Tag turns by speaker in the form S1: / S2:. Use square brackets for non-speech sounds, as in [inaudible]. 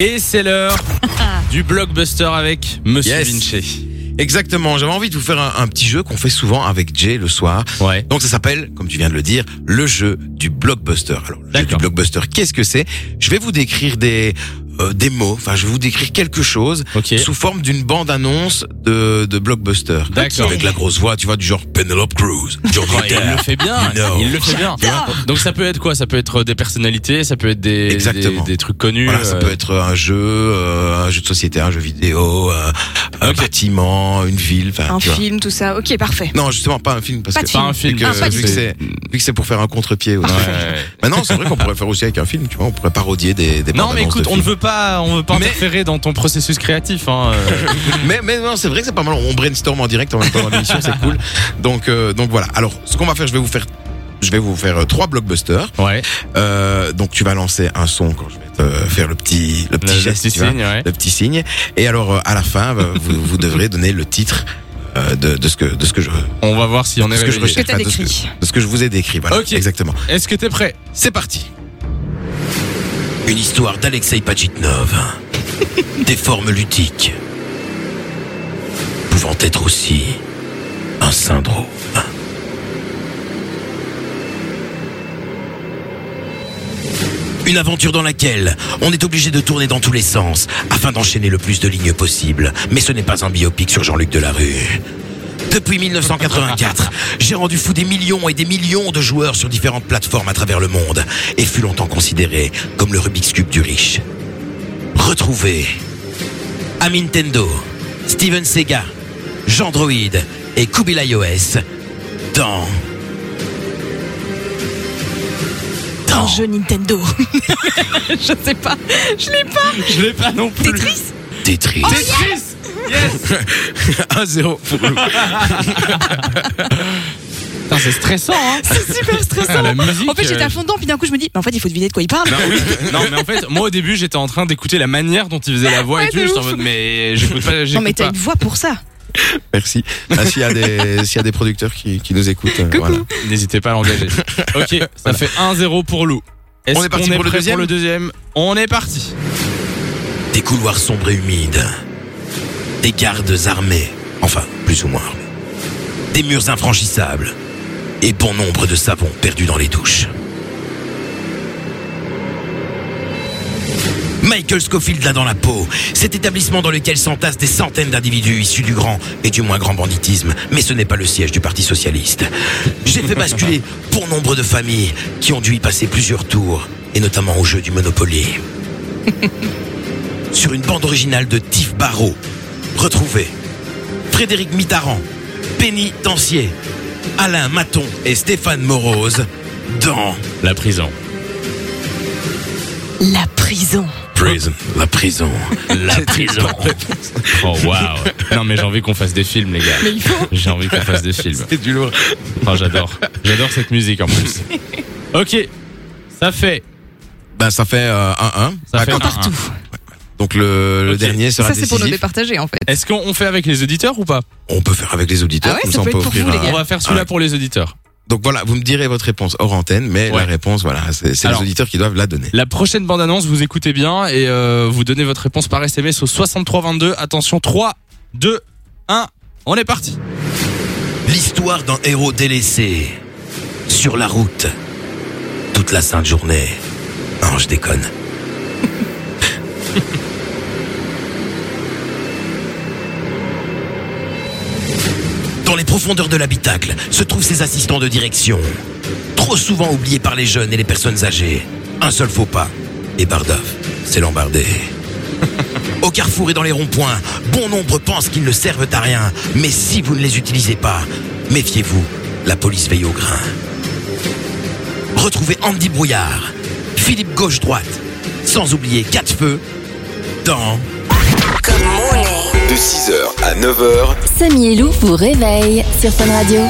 S1: Et c'est
S2: [laughs]
S1: l'heure du blockbuster avec Monsieur
S3: Yes.
S1: Vinci.
S3: Exactement, j'avais envie de vous faire un, un petit jeu qu'on fait souvent avec Jay le soir.
S1: Ouais.
S3: Donc ça s'appelle, comme tu viens de le dire, le jeu du blockbuster. Alors, le jeu
S1: D'accord.
S3: du blockbuster, qu'est-ce que c'est Je vais vous décrire des euh, des mots, enfin je vais vous décrire quelque chose
S1: Ok.
S3: sous forme d'une bande-annonce de, de blockbuster.
S1: D'accord.
S3: Avec la grosse voix, tu vois, du genre Penelope Cruz, Johnny
S1: Ouais, il
S3: Depp.
S1: le fait bien.
S3: You know.
S1: Il le fait bien. Donc ça peut être quoi Ça peut être euh, des personnalités, ça peut être des
S3: Exactement.
S1: des, des trucs connus.
S3: Voilà, ça
S1: euh,
S3: peut être un jeu, euh, un jeu de société, un jeu vidéo, un, un
S1: Ok.
S3: bâtiment, une ville, enfin
S2: un
S3: tu vois.
S2: film, tout ça. Ok, parfais.
S3: Non, justement pas un film parce
S2: Pas
S3: que
S2: de
S1: Pas un film.
S3: vu que-
S2: Ah, pas du
S3: vu que
S2: tout.
S3: c'est vu que c'est pour faire un contre-pied. au [laughs]
S1: Ouais,
S3: truc.
S1: ouais.
S3: Maintenant, c'est vrai qu'on pourrait faire aussi avec un film, tu vois, on pourrait parodier des, des
S1: Non
S3: bandes
S1: mais
S3: annonces
S1: écoute,
S3: de
S1: on ne
S3: films.
S1: veut pas, on veut pas
S3: Mais-
S1: interférer dans ton processus créatif. Hein. euh.
S3: [laughs] Mais, mais non, c'est vrai que c'est pas mal, on brainstorm en direct en même temps dans l'émission, c'est cool. Donc, euh, donc voilà. Alors, ce qu'on va faire, je vais vous faire, je vais vous faire euh, trois blockbusters.
S1: ouais.
S3: Euh, donc, tu vas lancer un son quand je vais te euh, faire le petit, le
S1: Le-
S3: petit
S1: le
S3: geste,
S1: petit
S3: tu vois,
S1: signe, ouais.
S3: le petit signe. Et alors, euh, à la fin, bah,
S1: [laughs]
S3: vous, vous devrez donner le titre euh, de, de ce que, de ce que je,
S1: On va voir si on
S3: de
S1: est
S3: ce que je
S1: réveillé.
S3: recherche,
S2: Que t'as
S3: enfin, de, ce que,
S2: décrit.
S3: de ce que je vous ai décrit. Voilà,
S1: Ok.
S3: exactement.
S1: Est-ce que t'es
S3: [laughs]
S1: prêt
S3: C'est parti. Une histoire d'Alexei [laughs] Pajitnov. des formes ludiques. Pouvant être aussi un syndrome. Une aventure dans laquelle on est obligé de tourner dans tous les sens afin d'enchaîner le plus de lignes possible. Mais ce n'est pas un biopic sur Jean-Luc Delarue. Depuis 1984, j'ai rendu fou des millions et des millions de joueurs sur différentes plateformes à travers le monde et fut longtemps considéré comme le Rubik's Cube du riche. Retrouvé à Nintendo, Steven Sega, Jandroid et Kubilai OS dans...
S2: Un
S3: dans...
S2: jeu Nintendo. [laughs] je sais pas. Je l'ai pas.
S1: Je l'ai pas non plus.
S2: Tetris.
S3: Tetris.
S1: Yes.
S3: [laughs] 1-0 pour
S1: [laughs] Putain, c'est stressant. Hein.
S2: C'est super
S1: Ah,
S2: stressant.
S1: la musique,
S2: en fait, j'étais
S1: euh,
S2: à fond dedans, puis d'un coup, je me dis, mais en fait, il faut deviner de quoi il parle.
S1: Non, Ah oui. Non, mais en fait, moi au début, j'étais en train d'écouter la manière dont il faisait la voix et
S2: Ouais,
S1: tout.
S2: de
S1: J'étais en
S2: ouf.
S1: mode, mais j'écoute pas.
S2: Non,
S1: j'écoute
S2: mais t'as
S1: pas.
S2: une voix pour ça.
S3: Merci. Ah, S'il y, a des- s'il y a des producteurs qui, qui nous écoutent, euh, voilà.
S1: N'hésitez pas à l'engager. ok, ça fait 1-0 pour Lou. Est-ce
S3: On est parti
S1: qu'on
S3: pour le
S1: prêt
S3: deuxième
S1: pour le deuxième On est parti.
S3: Des couloirs sombres et humides. Des gardes armés. Enfin, plus ou moins. armés. Des murs infranchissables. Et bon nombre de savons perdus dans les douches. Michael Scofield l'a dans la peau. Cet établissement dans lequel s'entassent des centaines d'individus issus du grand et du moins grand banditisme. Mais ce n'est pas le siège du Parti Socialiste. J'ai fait basculer bon nombre de familles qui ont dû y passer plusieurs tours. Et notamment au jeu du Monopoly sur une bande originale de Tiff Barreau. Retrouvé. Frédéric Mitterrand, pénitencier, Alain Maton et Stéphane Morose dans
S1: La prison.
S2: La prison.
S3: Prison.
S1: [laughs]
S3: La prison. La prison.
S1: Oh waouh. Non mais j'ai envie qu'on fasse des films les gars. J'ai envie qu'on fasse des films.
S3: C'est du lourd.
S1: Enfin, j'adore. J'adore cette musique en plus. Ok, ça fait.
S3: Ben, ça fait 1-1.
S1: Ça fait
S2: Un
S1: un,
S2: partout.
S3: Ah, Donc le, le
S1: Ok.
S3: dernier sera
S2: Ça, c'est pour nous
S3: décisif.
S2: départager, en fait.
S1: un. Est-ce qu'on on fait avec les auditeurs ou pas
S3: On peut faire avec les auditeurs,
S2: Ah ouais,
S3: comme
S2: ça
S3: ça on
S2: peut
S3: peut
S2: être pour
S3: offrir
S2: vous, les
S3: un-
S2: gars.
S1: On va faire celui-là pour les auditeurs.
S3: Donc voilà, vous me direz votre réponse hors antenne, mais
S1: Ouais.
S3: la réponse, voilà, c'est c'est les
S1: Alors.
S3: auditeurs qui doivent la donner.
S1: La prochaine bande-annonce, vous écoutez bien et euh, vous donnez votre réponse par SMS au 6322. Attention, 3, 2, 1. On est parti.
S3: L'histoire d'un héros délaissé. Sur la route. Toute la sainte journée. Non, je déconne. [laughs] Dans les profondeurs de l'habitacle se trouvent ses assistants de direction. Trop souvent oubliés par les jeunes et les personnes âgées. Un seul faux pas. Et Bardov, c'est l'embardé. Au carrefour et dans les ronds-points, bon nombre pensent qu'ils ne servent à rien. Mais si vous ne les utilisez pas, méfiez-vous, la police veille au grain. Retrouvez Andy Brouillard, Philippe gauche-droite, sans oublier Quatre Feux, dans...
S4: De 6h à 9h,
S5: Samy et Lou vous réveille sur Fun Radio.